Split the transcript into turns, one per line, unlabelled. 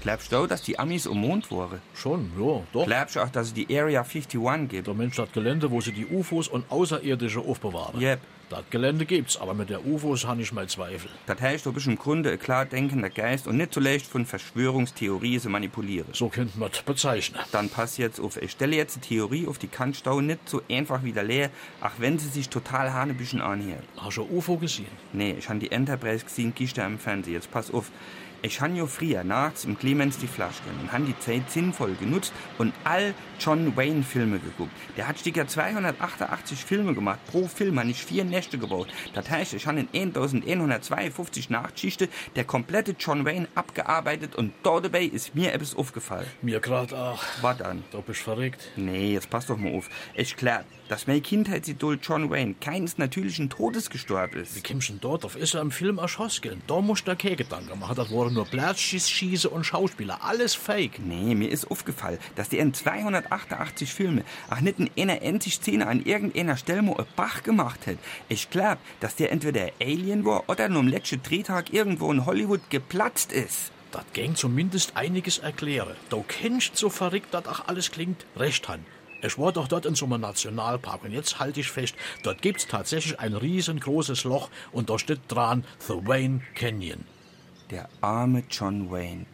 Glaubst du, dass die Amis ummond waren?
Schon, ja, doch.
Glaubst du auch, dass es die Area 51 gibt?
Der Mensch hat Gelände, wo sie die UFOs und Außerirdische aufbewahren.
Yep.
Das Gelände gibt's, aber mit der UFOs habe ich mal Zweifel.
Das heißt, du bist im Grunde ein klar denkender Geist und nicht so leicht von Verschwörungstheorien zu manipulieren.
So könnte man das bezeichnen.
Dann pass jetzt auf. Ich stelle jetzt die Theorie auf, die kannst du nicht so einfach wieder leer, auch wenn sie sich total hanebüchen anhört.
Hast du ein UFO gesehen?
Nee, ich han die Enterprise gesehen, gestern im Fernsehen. Jetzt pass auf. Ich han jo früher nachts im Clemens die Flasche genommen und han die Zeit sinnvoll genutzt und all John Wayne Filme geguckt. Der hat sticker 288 Filme gemacht. Pro Film han ich vier Nächte gebraucht. Das heißt, ich han in 1152 Nachtschichte der komplette John Wayne abgearbeitet und dort dabei ist mir etwas aufgefallen.
Mir grad auch.
Was dann?
Da bist du verrückt.
Nee, jetzt passt doch mal auf. Ich klär, dass mein Kindheitsidol John Wayne keines natürlichen Todes gestorben ist.
Wie kommst du denn dort? Auf ist er im Film erschossen. gell? Da musst du dir keine Gedanken machen. Das waren nur Platzschieß, Schieße und Schauspieler. Alles fake.
Nee, mir ist aufgefallen, dass die in 288 Filme auch nicht in einer einzigen Szene an irgendeiner Stelle mal einen Bach gemacht hat. Ich glaub, dass der entweder Alien war oder nur am letzten Drehtag irgendwo in Hollywood geplatzt ist.
Das ging zumindest einiges erklären. Du kennst so verrückt, dass auch alles klingt. Recht han. Ich war doch dort in so einem Nationalpark und jetzt halte ich fest, dort gibt's tatsächlich ein riesengroßes Loch und da steht dran The Wayne Canyon.
Der arme John Wayne.